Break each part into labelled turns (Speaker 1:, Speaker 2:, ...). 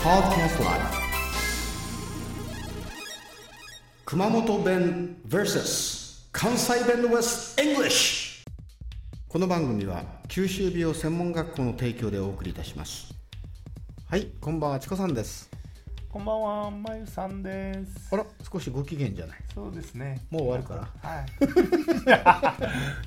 Speaker 1: Podcast Live 熊本弁 vs 関西弁 vs English この番組は九州美容専門学校の提供でお送りいたしますはいこんばんはチコさんです
Speaker 2: こんばんは、まゆさんです。
Speaker 1: あら少しご機嫌じゃない
Speaker 2: そうですね。
Speaker 1: もう終わるから
Speaker 2: は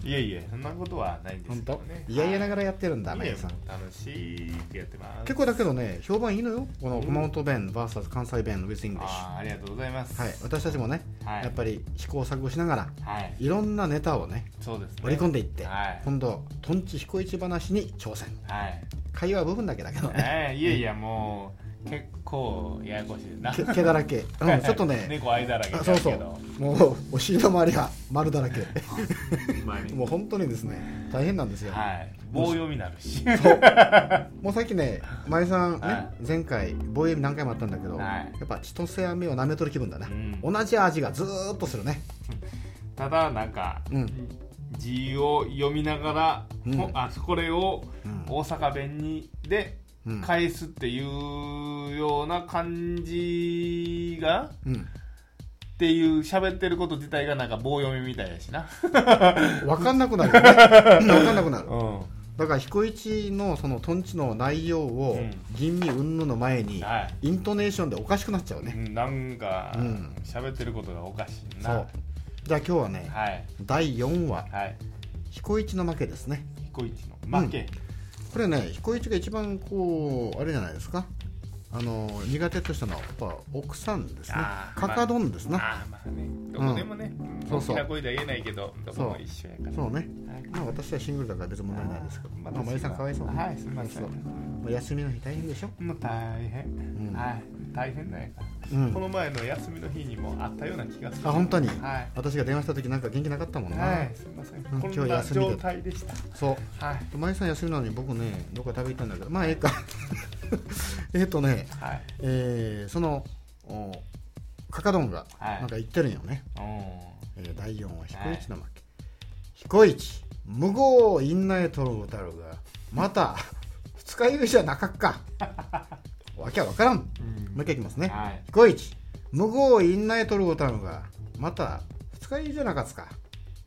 Speaker 2: い。 いえいえ、そんなことはないんです
Speaker 1: 本
Speaker 2: けど
Speaker 1: 当
Speaker 2: ね。
Speaker 1: いやいやなが
Speaker 2: ら
Speaker 1: らやってるんだ
Speaker 2: だ
Speaker 1: マ
Speaker 2: ね
Speaker 1: イさん。
Speaker 2: 楽しくやってます。
Speaker 1: 結構だけどね評判いいのよこの熊本弁 VS 関西弁 with English
Speaker 2: あー。ありがとうございます。
Speaker 1: はい私たちもね、
Speaker 2: はい
Speaker 1: やっぱり試行錯誤しながら
Speaker 2: はい。
Speaker 1: いろんなネタをね
Speaker 2: そうですね。
Speaker 1: 織り込んでいって、
Speaker 2: はい。
Speaker 1: 今度とんち彦市話に挑戦
Speaker 2: はい。
Speaker 1: 会話部分だけだけどね
Speaker 2: えーいやいや、もう、結構ややこしいな。
Speaker 1: け 毛だらけ、うん、ちょっとね
Speaker 2: 猫愛だらけだ
Speaker 1: あ
Speaker 2: け
Speaker 1: そ
Speaker 2: ど。
Speaker 1: うそうもうお尻の周りは丸だらけ
Speaker 2: ほんまに
Speaker 1: もう本当にですね大変なんですよ、
Speaker 2: はい。棒読みになるし。
Speaker 1: そうもうさっきね前さんね、
Speaker 2: は
Speaker 1: 前回棒読み何回もあったんだけど、
Speaker 2: はい
Speaker 1: やっぱ千歳飴を舐めとる気分だね、
Speaker 2: うん
Speaker 1: 同じ味がずーっとするね
Speaker 2: ただ、なんか、
Speaker 1: うん
Speaker 2: 字を読みながら、
Speaker 1: うん
Speaker 2: ほあこれを
Speaker 1: うん
Speaker 2: 大阪弁にで
Speaker 1: うん
Speaker 2: 返すっていうような感じが
Speaker 1: うん
Speaker 2: っていう喋ってること自体がなんか棒読みみたいやしな、
Speaker 1: 分かんなくなるよね分かんなくなる
Speaker 2: うん、は
Speaker 1: だから彦一のそのトンチの内容を
Speaker 2: うん
Speaker 1: 吟味云々の前に、
Speaker 2: い
Speaker 1: イントネーションでおかしくなっちゃう
Speaker 2: う
Speaker 1: ね、
Speaker 2: んなんか
Speaker 1: うん
Speaker 2: 喋ってることがおかしい
Speaker 1: そ
Speaker 2: な、
Speaker 1: うじゃあ今日はね、
Speaker 2: はい
Speaker 1: 第4話
Speaker 2: はい
Speaker 1: 彦一の負けですね
Speaker 2: 彦一の負け、
Speaker 1: これね彦一が一番こうあれじゃないですかあの苦手としたのはやっぱ奥さんですね
Speaker 2: あー
Speaker 1: かかどんですな、
Speaker 2: ああまあねどこでもね、うん
Speaker 1: そう
Speaker 2: 大
Speaker 1: そう
Speaker 2: きな声では言えないけどどこも一緒やから
Speaker 1: そうね
Speaker 2: はい
Speaker 1: まあ私はシングルだから別に問題ないですけどまあまゆさんかわいそう
Speaker 2: はいすみませ
Speaker 1: か
Speaker 2: ん
Speaker 1: わいそうもう休みの日大変でしょ
Speaker 2: もう大変、
Speaker 1: ん
Speaker 2: はい大変なんやから、
Speaker 1: うん
Speaker 2: この前の休みの日にもあったような気がする
Speaker 1: あ本当に、
Speaker 2: はい
Speaker 1: 私が電話した時なんか元気なかったもんな、
Speaker 2: はいすみません、
Speaker 1: ん
Speaker 2: こ
Speaker 1: 今
Speaker 2: ん
Speaker 1: 日
Speaker 2: な
Speaker 1: 休みで
Speaker 2: 状態でした
Speaker 1: そう
Speaker 2: はい
Speaker 1: 前さん休みなのに僕ねどこか食べ行ったんだけどまあええか えっとね
Speaker 2: はい
Speaker 1: えーそのおかかどんが
Speaker 2: はい
Speaker 1: なんか言ってるんよね、
Speaker 2: う
Speaker 1: えー第4話彦一の負け、彦一無謀院内とるうたるがまた二日酔いじゃなかっ かわけは分からんも
Speaker 2: ん
Speaker 1: う一回いきますね、
Speaker 2: はい
Speaker 1: 彦一無謀院内とるうたるがまた二日酔いじゃなかつか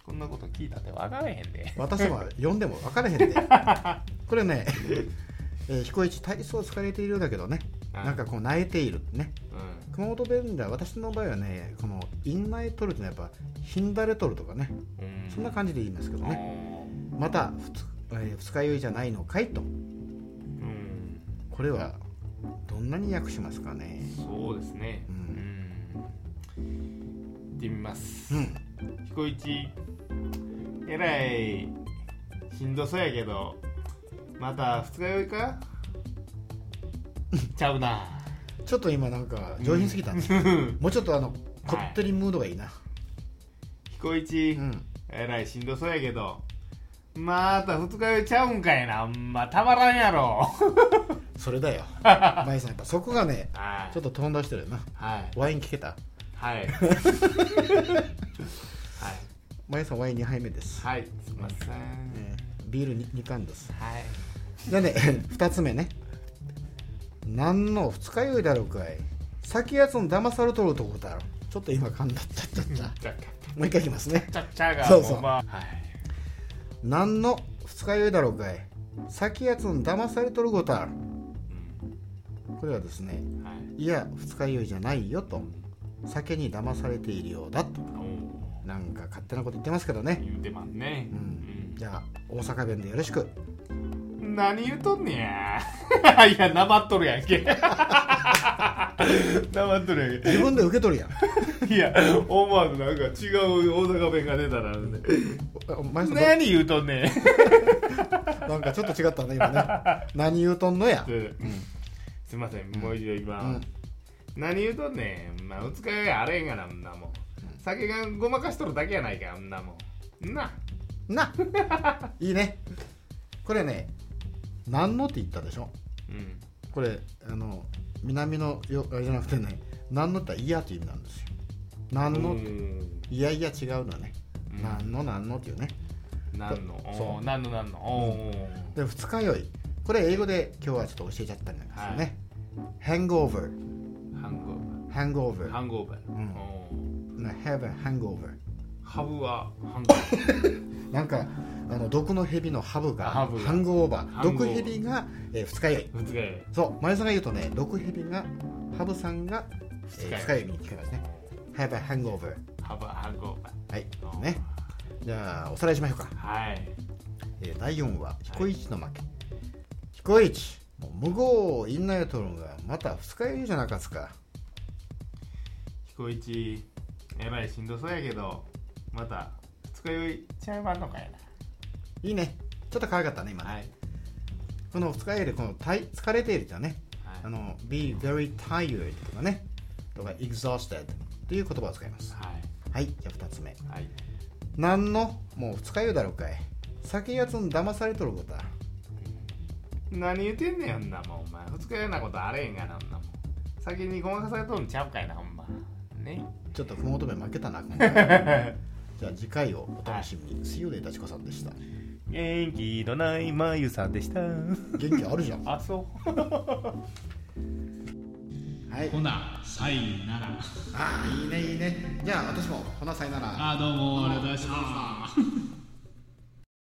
Speaker 2: こんなこと聞いたって分からへんで
Speaker 1: 私は読んでも分からへん でこれね、えー彦一体操疲れているようだけどね
Speaker 2: うん
Speaker 1: なんかこう泣いているね
Speaker 2: う
Speaker 1: 熊本弁では私の場合はねこの院内取るってのはやっぱヒンダレ取るとかね
Speaker 2: ん、うん、
Speaker 1: そんな感じで言いますけど
Speaker 2: じ
Speaker 1: ねまた二,、えー二日酔いじゃないのかいと
Speaker 2: うん
Speaker 1: これはどんなに訳しますかね
Speaker 2: そうですね
Speaker 1: う
Speaker 2: うんん、行ってみます、
Speaker 1: うん
Speaker 2: 彦一えらいしんどそうやけどまた二日酔 いかちゃうな
Speaker 1: ちょっと今なんか上品すぎたね、もうちょっとあのこってりムードがいいな、
Speaker 2: 彦一、
Speaker 1: うん
Speaker 2: えらいしんどそうやけどまた二日酔いちゃうんかいなあんまたまらん やろ
Speaker 1: それだよ舞さんやっぱそこがね
Speaker 2: はい
Speaker 1: ちょっと飛んだしてるよな
Speaker 2: はい
Speaker 1: ワイン聞けた
Speaker 2: はい はい
Speaker 1: マイさんワイン2杯目です、
Speaker 2: はいすいません
Speaker 1: えービール 2, 缶です
Speaker 2: はい
Speaker 1: で ね2つ目ね何の二日酔いだろうかい先やつの騙されとるとこだろちょっと今噛んだったちゃった
Speaker 2: ちゃっ
Speaker 1: もう一回いきますね
Speaker 2: ちゃっちゃが
Speaker 1: そうそう
Speaker 2: もまあはい
Speaker 1: 何の二日酔いだろうかい先やつの騙されとることだろこれはですね
Speaker 2: うんはい
Speaker 1: いや二日酔いじゃないよと酒に騙されているようだと
Speaker 2: お
Speaker 1: なんか勝手なこと言ってますけどね
Speaker 2: ー言うてますね
Speaker 1: う
Speaker 2: うん
Speaker 1: んじゃあ大阪弁でよろしく
Speaker 2: 何言うとんねや いやなまっとるやんけ なまっとるやんけ
Speaker 1: 自分で受け取るやん
Speaker 2: いや、思わずなんか違う大阪弁が出たら、ね、
Speaker 1: お前さんど
Speaker 2: 何言うとんねん。
Speaker 1: なんかちょっと違ったね今ね何言うとんのや
Speaker 2: すいません、もう一度言います。
Speaker 1: うん
Speaker 2: 何言うとんねん。まあ、うつかいあれへんがな、あんなもん。酒がごまかしとるだけやないか、あんなもん。な、
Speaker 1: ないいねこれね何のって言ったでしょ
Speaker 2: うん。
Speaker 1: これあの南のよあれじゃなくてね何のって嫌っていう意味なんですよ何のって
Speaker 2: うん
Speaker 1: いやいや違うのね
Speaker 2: うん
Speaker 1: 何の何のっていうね
Speaker 2: 何の
Speaker 1: そう
Speaker 2: おー何の何のおー
Speaker 1: で二日酔いこれ英語で今日はちょっと教えちゃったんですよね、 hangover
Speaker 2: ハンゴ
Speaker 1: hangover
Speaker 2: ーバーハンゴーバー、
Speaker 1: ん
Speaker 2: お
Speaker 1: have a hangover
Speaker 2: ーハブはハンゴーバー
Speaker 1: なんかあの毒の蛇のハブが
Speaker 2: ハブが
Speaker 1: ハングオーバー
Speaker 2: ハング
Speaker 1: 毒
Speaker 2: オーバー
Speaker 1: 蛇が、えー二日酔い
Speaker 2: 二日酔い
Speaker 1: そう前澤が言うとね毒蛇がハブさんが、えー二日
Speaker 2: 二日酔
Speaker 1: 酔いに効きますね Have a hangover
Speaker 2: いハブハンゴーバ
Speaker 1: はい
Speaker 2: ー
Speaker 1: ねじゃあおさらいしましょうか、
Speaker 2: はい
Speaker 1: えー第4話彦一の負け、彦一もう無謀インナートルンがまた二日酔いじゃなかつか
Speaker 2: 彦一えらいしんどそうやけどまた二日酔いちゃいまんのかや
Speaker 1: いいねちょっと可愛かったね今
Speaker 2: な
Speaker 1: ね、
Speaker 2: はい
Speaker 1: この二日酔いでこのたい疲れているっていうのはねあ
Speaker 2: はい、
Speaker 1: の be very tired とかねとか exhausted っていう言葉を使います
Speaker 2: はい
Speaker 1: はいじゃあ2つ目
Speaker 2: はい、
Speaker 1: なんのもう二日酔いだろうかい酒やつに騙されとることだ
Speaker 2: 何言ってんねんほんなもんお前二日酔いなことあれへんがなほんなもん先にごまかされとんちゃうかいなほんま ね
Speaker 1: ちょっとふもとめ負けたな今回
Speaker 2: 元
Speaker 1: じゃあ次回をお楽しみに See you later ちこさんでした
Speaker 2: 気のないまゆさんでした
Speaker 1: 元気あるじゃんは
Speaker 2: あそう
Speaker 1: い
Speaker 3: ほな、さいなら。
Speaker 1: ああいいねいいねじゃあ私もほなさいなら
Speaker 3: あ、どうも、ありがとうございました。